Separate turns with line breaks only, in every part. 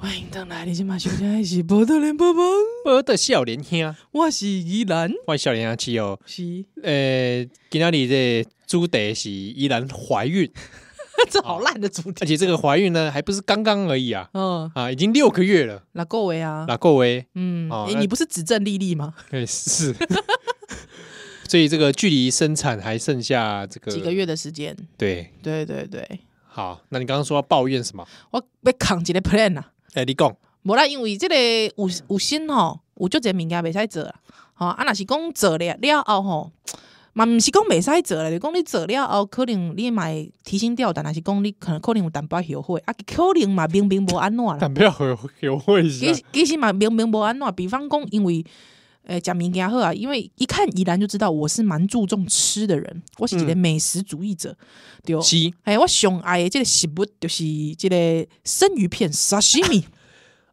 欢迎登来，你今晚收听的是《波特连帮帮》，
我的少年兄，啊
我是依兰，
我是少年兄七哦。
是，
呃，今天你这主题是依然怀孕，
这好烂的主
而
题。
且这个怀孕呢还不是刚刚而已啊，
嗯，
啊，已经六个月了。
那各位啊，
哪各位？
嗯，
哦
诶
那
你不是指正丽丽吗？
对，是。 所以这个距离生产还剩下这个
几个。月的时间，
对，
对对对，
好，那你刚刚说要抱怨什么？
我被扛一个 plan 啊，
哎，你讲，
无啦，因为这个有有心吼，有足侪物件袂使做啦，吼啊，若是讲做了了后吼，嘛毋是讲袂使做啦，就讲、你做了后，可能你嘛会提心吊胆，若是讲你可能可能有淡薄仔后悔，啊，可能嘛明明无安怎啦，
但不要回回会一
其实其实嘛明明无安怎，比方讲因为。诶，讲物件好啊，因为一看怡兰就知道我是蛮注重吃的人，我是一个
嗯
美食主义者，对。
鸡
哎、我上爱的这个食物就是这个生鱼片沙西米，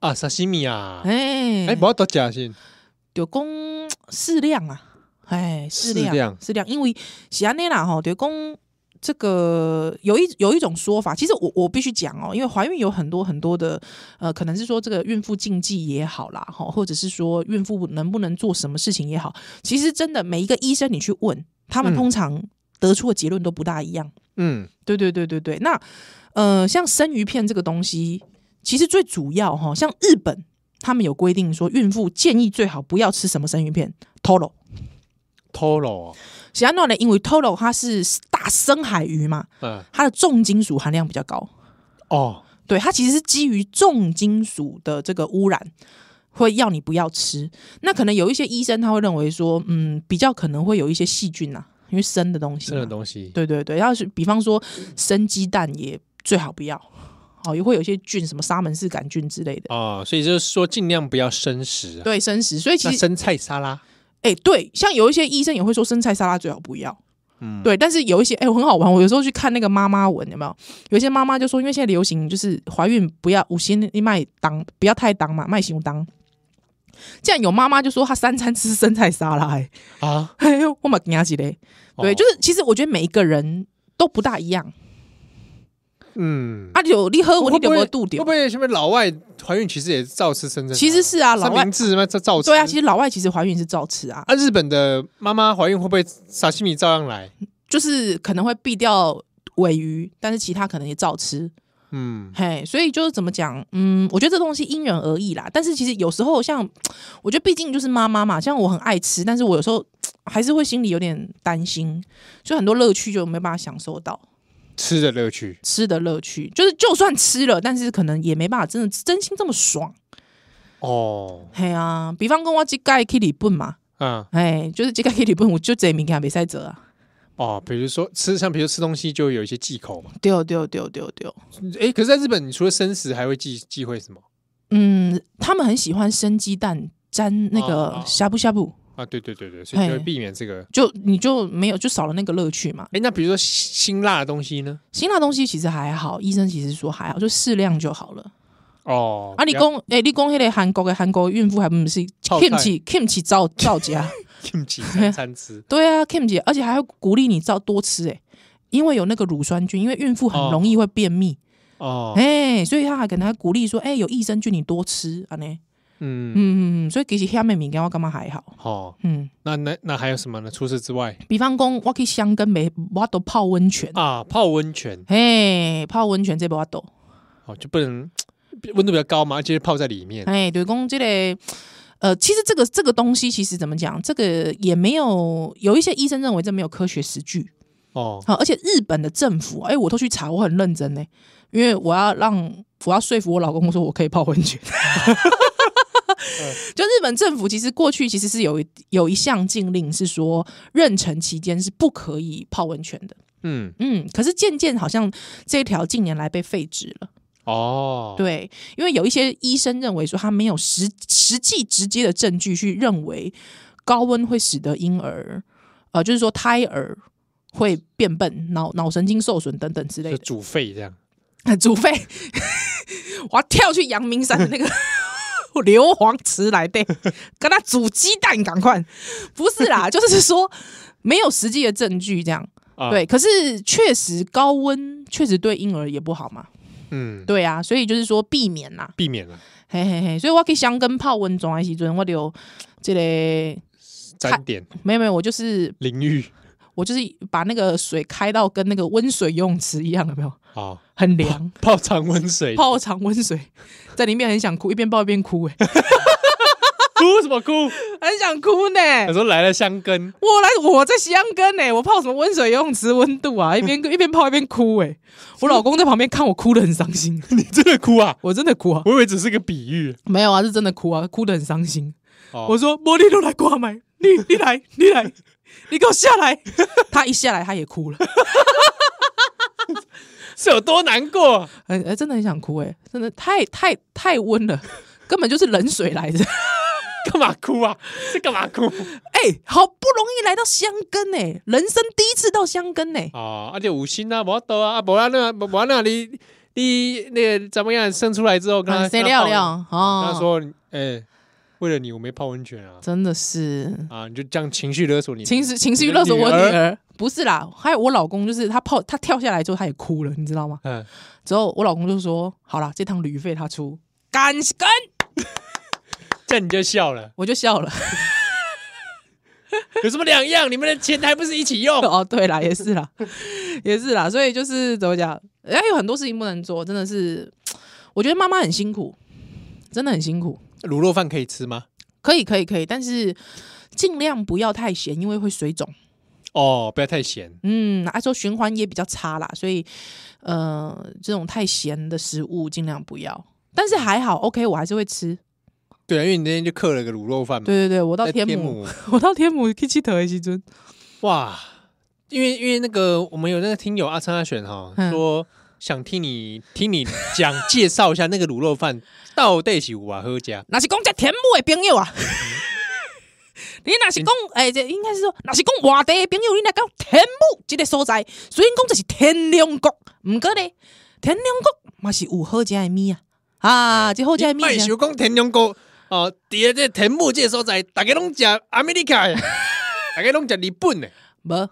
啊，沙西米啊，
哎
哎，不要多加先。
就讲适量啊，哎，适量
适量
适量，因为是安尼啦吼，就讲这个有一有一种说法，其实我我必须讲哦，因为怀孕有很多很多的呃，可能是说这个孕妇禁忌也好啦，吼，或者是说孕妇能不能做什么事情也好，其实真的每一个医生你去问，他们
嗯
通常得出的结论都不大一样。
嗯，
对对对对对，那呃，像生鱼片这个东西，其实最主要哈，像日本他们有规定说，孕妇建议最好不要吃什么生鱼片，toro。
偷了，哦
喜安诺呢，因为 toro 它是大深海鱼嘛，
嗯，
它的重金属含量比较高，
哦，
对，它其实是基于重金属的这个污染。会要你不要吃，那可能有一些医生他会认为说，嗯，比较可能会有一些细菌啊，因为生的东西嘛，
生的东西，
对对对，要是比方说生鸡蛋也最好不要，哦，也会有一些菌，什么沙门氏杆菌之类的。
哦，所以就是说尽量不要生食啊。
对生食，所以其
那
实
生菜沙拉，
哎、对，像有一些医生也会说生菜沙拉最好不要，
嗯，
对。但是有一些哎、很好玩，我有时候去看那个妈妈文有没有？有一些妈妈就说，因为现在流行就是怀孕不要五星你卖当不要太当嘛，卖胸当。竟然有妈妈就说她三餐吃生菜沙拉、欸，
啊，
哎呦，我蛮惊起嘞。对，
哦
就是其实我觉得每一个人都不大一样。
嗯，
啊，有你喝我你
会不
有
会
没有度
会
掉
不？会什么老外怀孕其实也照吃生菜？
其实是啊，老
三
外
明治嘛，照照吃。
对啊，其实老外其实怀孕是照吃啊，
啊，日本的妈妈怀孕会不会沙西米照样来？
就是可能会避掉尾鱼，但是其他可能也照吃。
嗯，
嘿，所以就是怎么讲，嗯，我觉得这东西因人而异啦。但是其实有时候像，我觉得毕竟就是妈妈嘛，像我很爱吃，但是我有时候还是会心里有点担心，就很多乐趣就没办法享受到
吃的乐趣。
吃的乐趣，就是就算吃了，但是可能也没办法真的真心这么爽。
哦，
嘿啊，比方讲我这盖去日本嘛，
嗯，
哎，就是这盖去日本，我就这物件袂使做啊。
哦，比如说吃，像比如吃东西就有一些忌口嘛。
对对对对对。
诶，可是在日本，你除了生食，还会忌忌讳什么？
嗯，他们很喜欢生鸡蛋沾那
哦
个
哦
呷哺呷哺，
啊，对对对对，所以就会
嘿
避免这个。
就你就没有就少了那个乐趣嘛。
诶，那比如说辛辛辣的东西呢？
辛辣东西其实还好，医生其实说还好，就适量就好了。
哦，
啊，你
不要
讲诶、你讲迄个韩国的韩国孕妇还不是
炒菜
kimchi kimchi 照照家，
kimchi 三餐吃
对啊 kimchi，而且还要鼓励你照多吃诶、因为有那个乳酸菌，因为孕妇很
哦
容易会便秘，
哦，
诶，所以他还可能还鼓励说，诶，有益生菌你多吃啊呢，
嗯，
嗯嗯嗯，所以其实下面物件我感觉还好，
好。
嗯，
那那那还有什么呢？除此之外
比方讲我去香根没我都泡温泉，
啊，泡温泉
嘿，泡温泉这无法度，
哦，就不能温度比较高嘛，而且是泡在里面。
哎，对，讲这个，呃，其实这个这个东西，其实怎么讲，这个也没有，有一些医生认为这没有科学实据。
哦，
好，而且日本的政府，哎，我都去查，我很认真呢，因为我要让我要说服我老公说我可以泡温泉。 就日本政府其实过去其实是有一有一项禁令是说妊娠期间是不可以泡温泉的，
嗯，
嗯，可是渐渐好像这一条近年来被废止了。
哦，，
对，因为有一些医生认为说他没有实实际直接的证据去认为高温会使得婴儿，呃，就是说胎儿会变笨、脑脑神经受损等等之类
就煮沸这样。
的。 祖费，我要跳去阳明山的那个 硫磺池来对， 跟他煮鸡蛋，赶快！不是 啦，就是说没有实际的证据这样。
啊
对，可是确实高温确实对婴儿也不好嘛。
嗯，
对啊，所以就是说避免啦，
避免了
嘿嘿嘿，所以我去香根泡温中的时阵，我就这个
沾点
没有没有，我就是
淋浴
我就是把那个水开到跟那个温水游泳池一样，有没有？
啊，
很 凉，
泡常温水，
泡常温水，在里面很想哭，一边泡一边哭、欸，
哭什么哭？
很想哭呢、
我说来了香根，
我来，我在西安根呢、我泡什么温水游泳池温度啊？一边一边泡一边哭、欸，我老公在旁边看我哭的很伤心，
你真的哭啊？
我真的哭啊，
我以为只是个比喻。
没有啊，是真的哭啊，哭的很伤心。
哦
我说：“茉莉都来挂麦，你你来，你来，你给我下 来。”他一下来，他也哭了，
是有多难过？
哎、哎，真的很想哭哎、真的太太太温了，根本就是冷水来着。
干嘛哭啊？ 是干嘛哭？
哎、好不容易来到香根哎、人生第一次到香根哎、
哦，而且五星啊，毛豆啊，啊，不然那不然那你你那个怎么样生出来之后，跟他
啊，谁
跟他
料
抱怨
料
他
哦，
说，哎、为了你我没泡温泉啊，
真的是
啊，你就这样情绪勒索你，
情绪情绪
你的
勒索我
女
女
儿
儿。不是啦，还有我老公，就是他泡他跳下来之后，他也哭了，你知道吗？
嗯，
之后我老公就说：“好啦，这趟旅费他出，干干。”
这样你就笑了，
我就笑了。
有什么两样？你们的钱还不是一起用？
哦，对啦，也是啦，也是啦，所以就是怎么讲，人家有很多事情不能做，真的是，我觉得妈妈很辛苦，真的很辛苦。
卤肉饭可以吃吗？
可以，可以，可以，但是尽量不要太咸，因为会水肿。
哦，不要太咸，
嗯，按说循环也比较差啦，所以呃，这种太咸的食物尽量不要。但是还好，OK，我还是会吃。
对啊，因为你那天就刻了个卤肉饭嘛，
对对对，我到
在
天母，
母，
我到天母去七头的时阵，
哇，因为因为那个我们有那个听友阿昌阿选哈
嗯
说。想听你听你讲介绍一下那个卤肉饭到底是有啊喝家
那是讲在天母的朋友啊。 你若是讲，诶、这应该是说，若是讲外地的朋友，你来到天母这个所在，虽然讲这是天龙国，毋过呢，天龙国嘛是有好食的物啊，啊，这好食的物
卖
啊，
想讲天龙国哦，伫个这田母这个所在，大家拢食 America 的，大家拢食日本的。
无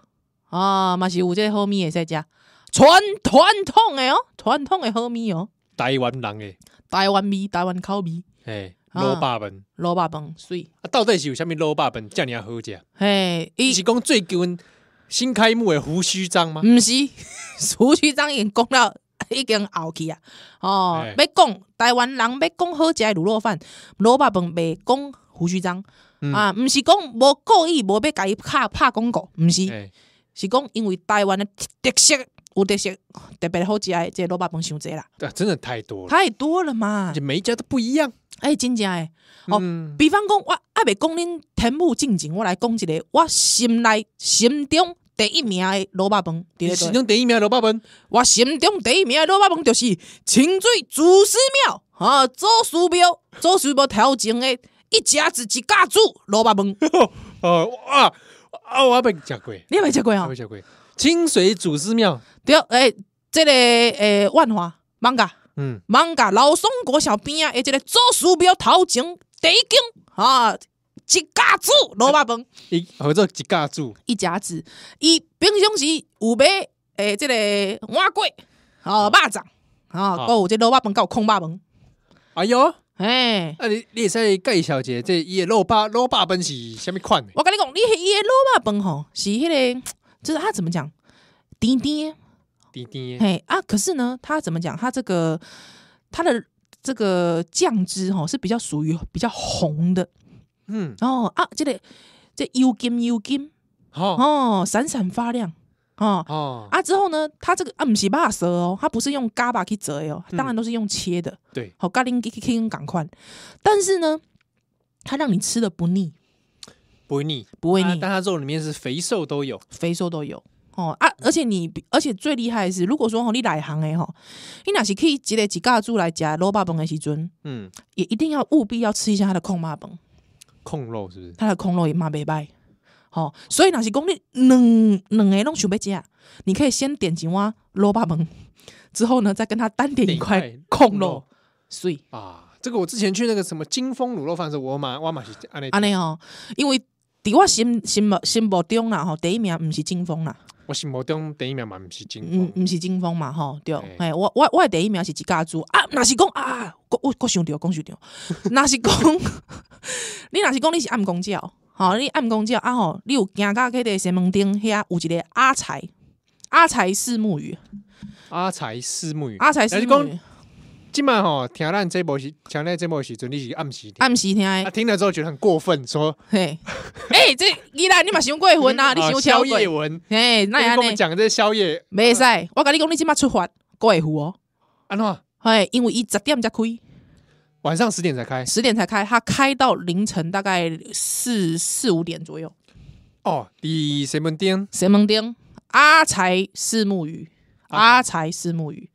啊，嘛是有这好物会使食，传传统的哦，传统的好物哦，
台湾人诶，
台湾味、台湾口味，
哎，
啊
卤肉饭
萝卜饭水，
啊，到底是有啥物卤肉饭遮尔好
嗯
食？
嘿，
伊
伊
是啊讲最近新开幕的胡须章吗？
毋是， 苏区长已经讲了，已经后去啊。哦
哎，
要讲台湾人要讲好食的卤肉饭，卤肉饭袂讲胡须章
嗯
啊，毋是讲无故意无要甲伊拍拍广告，毋是，
哎，
是讲因为台湾的特色有特色，特别好食的这个卤肉饭伤济啦，
啊真的太多了，
太多了嘛
而且。每一家都不一样。
哎，真正诶，哦
嗯，
比方讲我阿袂讲恁天母进前，我来讲一个我心内心中第一名的卤肉饭，伫咧
你
倒
是
位
用第一名的卤肉饭，
我心中第一名的卤肉饭就是清水祖师庙啊，祖师庙，祖师庙头前的一家子一家子卤肉饭，
哦哇啊，我还没食过，
你有没吃过
还
哦
没？食过。清水祖师庙，
对，诶、这个诶、万华芒嘎
嗯，
芒嘎老松国小边啊，诶，这个祖师庙头前第一间啊，一家子卤肉饭，
一合作一家住，
一家子，伊平常时有买诶、这个碗粿啊，肉粽啊，还有这卤肉饭，还有空肉饭，
哎呦。
诶、
啊，你你会使介绍一下这伊的肉霸肉霸本是什么款的？
我跟你讲，你迄伊的卤肉饭吼是迄、个，就是它怎么讲，甜甜
甜甜
的，
的，
嘿啊，可是呢，它怎么讲，它这个它的这个酱汁吼是比较属于比较红的
嗯，
哦啊，这个这油金油金
好
哦，闪闪发亮哦。
哦，
啊，之后呢，它这个啊，不是肉蛇哦，它不是用嘎巴去折的哦，当然都是用切的，
对，
好嘎铃给给给赶快。但是呢，它让你吃的不腻，
不会腻，
不会腻
啊，但它肉里面是肥瘦都有，
肥瘦都有。哦啊，而且你比而且最厉害的是，如果说吼你来行诶吼，你若是可以一个一家煮来食卤肉饭的时阵，
嗯，
也一定要务必要吃一下它的控肉饭，
控肉是不是？
它的控肉也嘛袂歹。吼、所以若是讲你两两个拢想要食，你可以先点一碗卤肉饭，之后呢再跟他单点一块
点一块
控
控
肉
肉，
所以
啊，这个我之前去那个什么金丰卤肉饭的时候，我马我马是安尼
安尼哦，因为伫我心心目心目中啦吼，第一名毋是金峰啦，
我心目中第一名嘛，毋是金
毋
峰，
嗯毋是金峰嘛吼，对
嘿，
哎，我我我的第一名是一家猪啊，若是讲啊，我我我想着讲想着， 若是讲 你若是讲你是暗公鸟，吼，你暗公鸟啊吼，你有行到迄个西门町遐有一个阿财。阿财四目鱼，
阿才四目鱼，
阿财四
但是
目
哎讲
鱼，
今晚吼，听咱这部时，听咱这部时阵，你是暗时听，
暗时听
啊，
的，
听了之后觉得很过分，说
嘿，哎，这伊来你嘛想过分 啊，你
啊
想超
宵
过
夜，文，
嘿，
那
那
跟
安
我们
尼，
讲这宵夜
袂使，我甲你讲，你即马出发，过会赴哦，
安啊怎？
嘿，因为伊十点才开，
晚上十点才开
十点才开，它开到凌晨大概四四五点左右。
哦，第西门町
西门町阿财四目鱼，
阿
阿财四目鱼。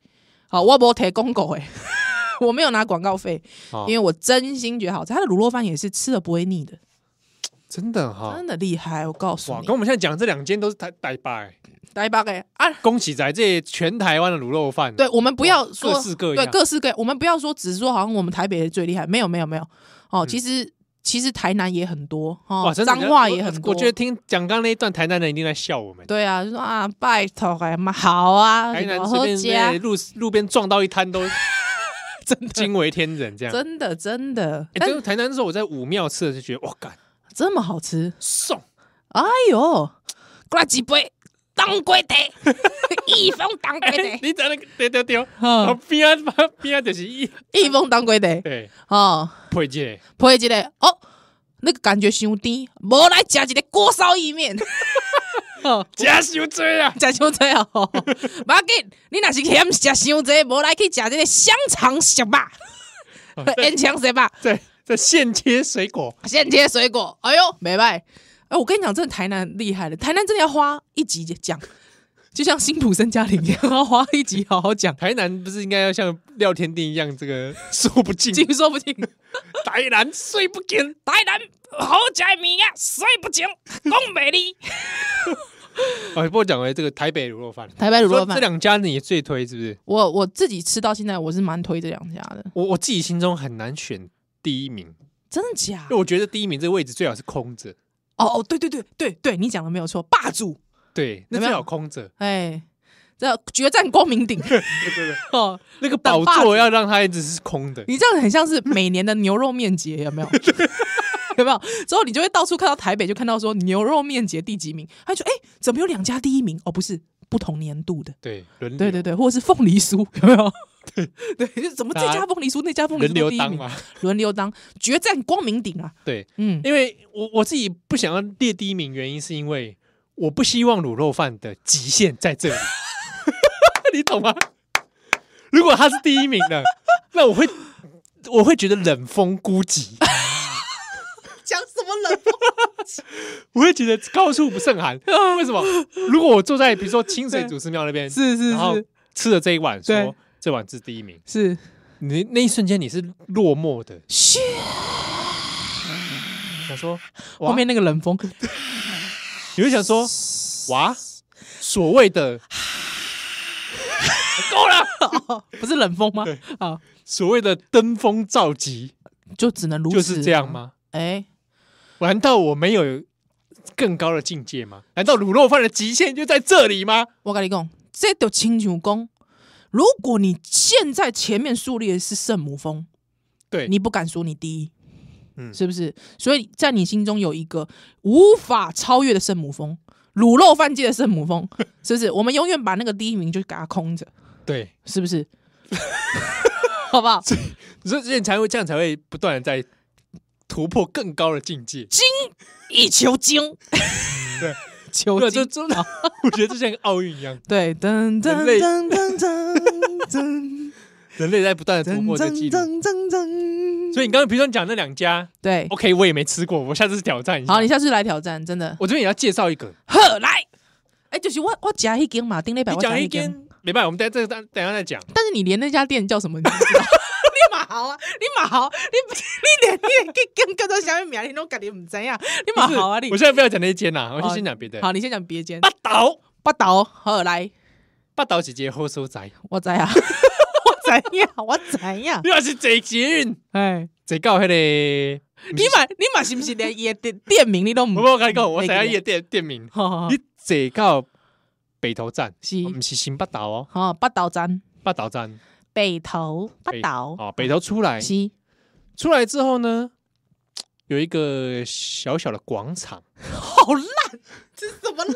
好，我无提公告诶， 我没有拿广告费，
哦
因为我真心觉得好吃。它的卤肉饭也是吃了不会腻的，
真的哈
真，的厉害，我告诉
哇，
你
跟。我们现在讲这两间都是台台北的，
台北诶啊，
恭喜仔这全台湾的卤肉饭，
对，我们不要说
各式各
对
样，
各式各样，我们不要说只是说好像我们台北的最厉害，没有没有没有哦，其实其实台南也很多哦
嗯哇，，真的
彰化也很
我
多，
我觉得听讲刚那一段，台南人一定在笑我们。
对啊，就说啊，拜托哎妈，好啊，
台南
然
随
后
便
家
在，路路边撞到一 摊都真的惊为天人这样。
真的真的，
哎，
但
真的台南那时候我在武庙吃的就觉得哇，干
这么好吃，
送
哎呦，过来几杯当归的， 一封当归
哎，
的，
你在那个对对对，我
哼
边啊边啊就是一
一封当归的，
对
哦，
配姐，
配一个哦，那个感觉伤甜，无来吃一个锅烧意面。 哦
加修追啊，
食伤济哦，无要紧，你若是嫌食伤济，无来去食这个香肠食吧，
哦
烟肠食吧，
在在现切水果，
现切水果，哎呦，没歹。哎，我跟你讲，真的台南厉害了，台南真的要花一集讲，就像辛普森家庭一样，要花一集好好讲，
台南不是应该要像廖天定一样这 个说不尽，
尽说不 尽。
台南睡不尽，
台南好食的物件，水不清，讲袂离。
哦，不过讲回这个台北卤肉饭，
台北卤肉
说
饭
这，两家你最推是不是？
我我自己吃到现在，我是蛮推这两家的，
我我自己心中很难选第一名，
真的假
因为？我觉得第一名这个位置最好是空着，
哦哦，对对对对对，你讲的没有错，霸主，
对，那
有没有
最好空着，
哎，这决战光明顶。
对对对，
哦，
那个宝
等霸主
座要让它一直是空的，
你这样很像是每年的牛肉面节，有没 有？有没有？之后你就会到处看到台北，就看到说牛肉面节第几名，他就哎、诶怎么有两家第一名？哦，不是不同年度的，
对，轮流
对对对，或者是凤梨酥，有没 有？对对，怎么这
大
家
家
凤梨酥那家凤梨酥都
轮流
第一
当
名，
嘛，
轮流当，决战光明顶啊！
对，
嗯，
因为我我自己不想要列第一名，原因是因为我不希望卤肉饭的极限在这里， 你懂吗？如果他是第一名的，那我会我会觉得冷风孤寂，
讲什么冷风？
我会觉得高处不 胜寒。为什么？如果我坐在比如说清水祖师庙那边，
嗯是是
然后
是
吃了这一碗，
对
说这碗是第一名，
是，
你那一瞬间你是落寞的，
嘘，
想说哇
后面那个冷 风，
你会想说，哇，所谓的
够了， 不是冷风吗？
哦对
啊，
所谓的登峰造极
就只能如此，
就是这样？吗？
哎、
难道我没有更高的境界吗？难道卤肉饭的极限就在这里吗？
我跟你讲，这就亲像讲，如果你现在前面树立的是圣母峰，
对，
你不敢说你第一，
嗯
是不是？所以在你心中有一个无法超越的圣母峰，卤肉饭界的圣母 峰，是不是？我们永远把那个第一名就给它空着，
对，
是不是？ 好 不好？
所以所以你才会这样才会不断的在突破更高的境界。
一球精，
对，
球
对，这
精，哦
这， 我觉得就像奥运一样，
对，噔噔
人类
噔噔噔 噔
人类在不断的突
噔
破这
噔
记录。
噔噔噔，
所以你刚刚比如说你讲那两家
对，
，OK，我也没吃过，我下次挑战一下。
好，你下次来挑战，真的。
我这边也要介绍一个，
呵，来，哎、就是我我夹一间嘛，顶礼拜
你
我
讲
夹
一
一间，
间，没办法，我们等一下再等一下再讲。
但是你连那家店叫什么你 都不知道，你嘛好啊，你嘛好，你你连你去跟叫做啥物名，你拢家己唔知影，你嘛
不 是
好啊你
我。现在不要讲那一间啦，我
哦
先先讲别的。
好，你先讲别间
八。岛，
北岛，好来，
八岛姐姐好所在，
我知啊，我啊怎样？我怎样？
你要是坐捷运，
哎，
坐到迄、那个，
你买你买是不是连夜店店名你都
我
不？
我跟你讲，我知影伊的店店名，
好
你坐到北投站，
是
哦毋是新北投哦，
好，北岛站，
北投站，
北投，北岛，嗯
哦，北投出来，
西
出来之后呢，有一个小小的广场，
好烂，这是什 么烂？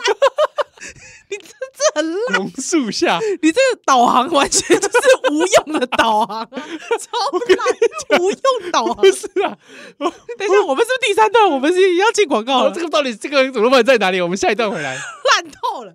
你这这很烂，
榕树下，
你这个导航完全就是无用的导航啊， 超烂，无用 导航
不。是啊，
等一下，我们是不是第三段？我们是要进广告
哦，
了
这？个到底这个怎么办在哪里？我们下一段回来。
烂透了，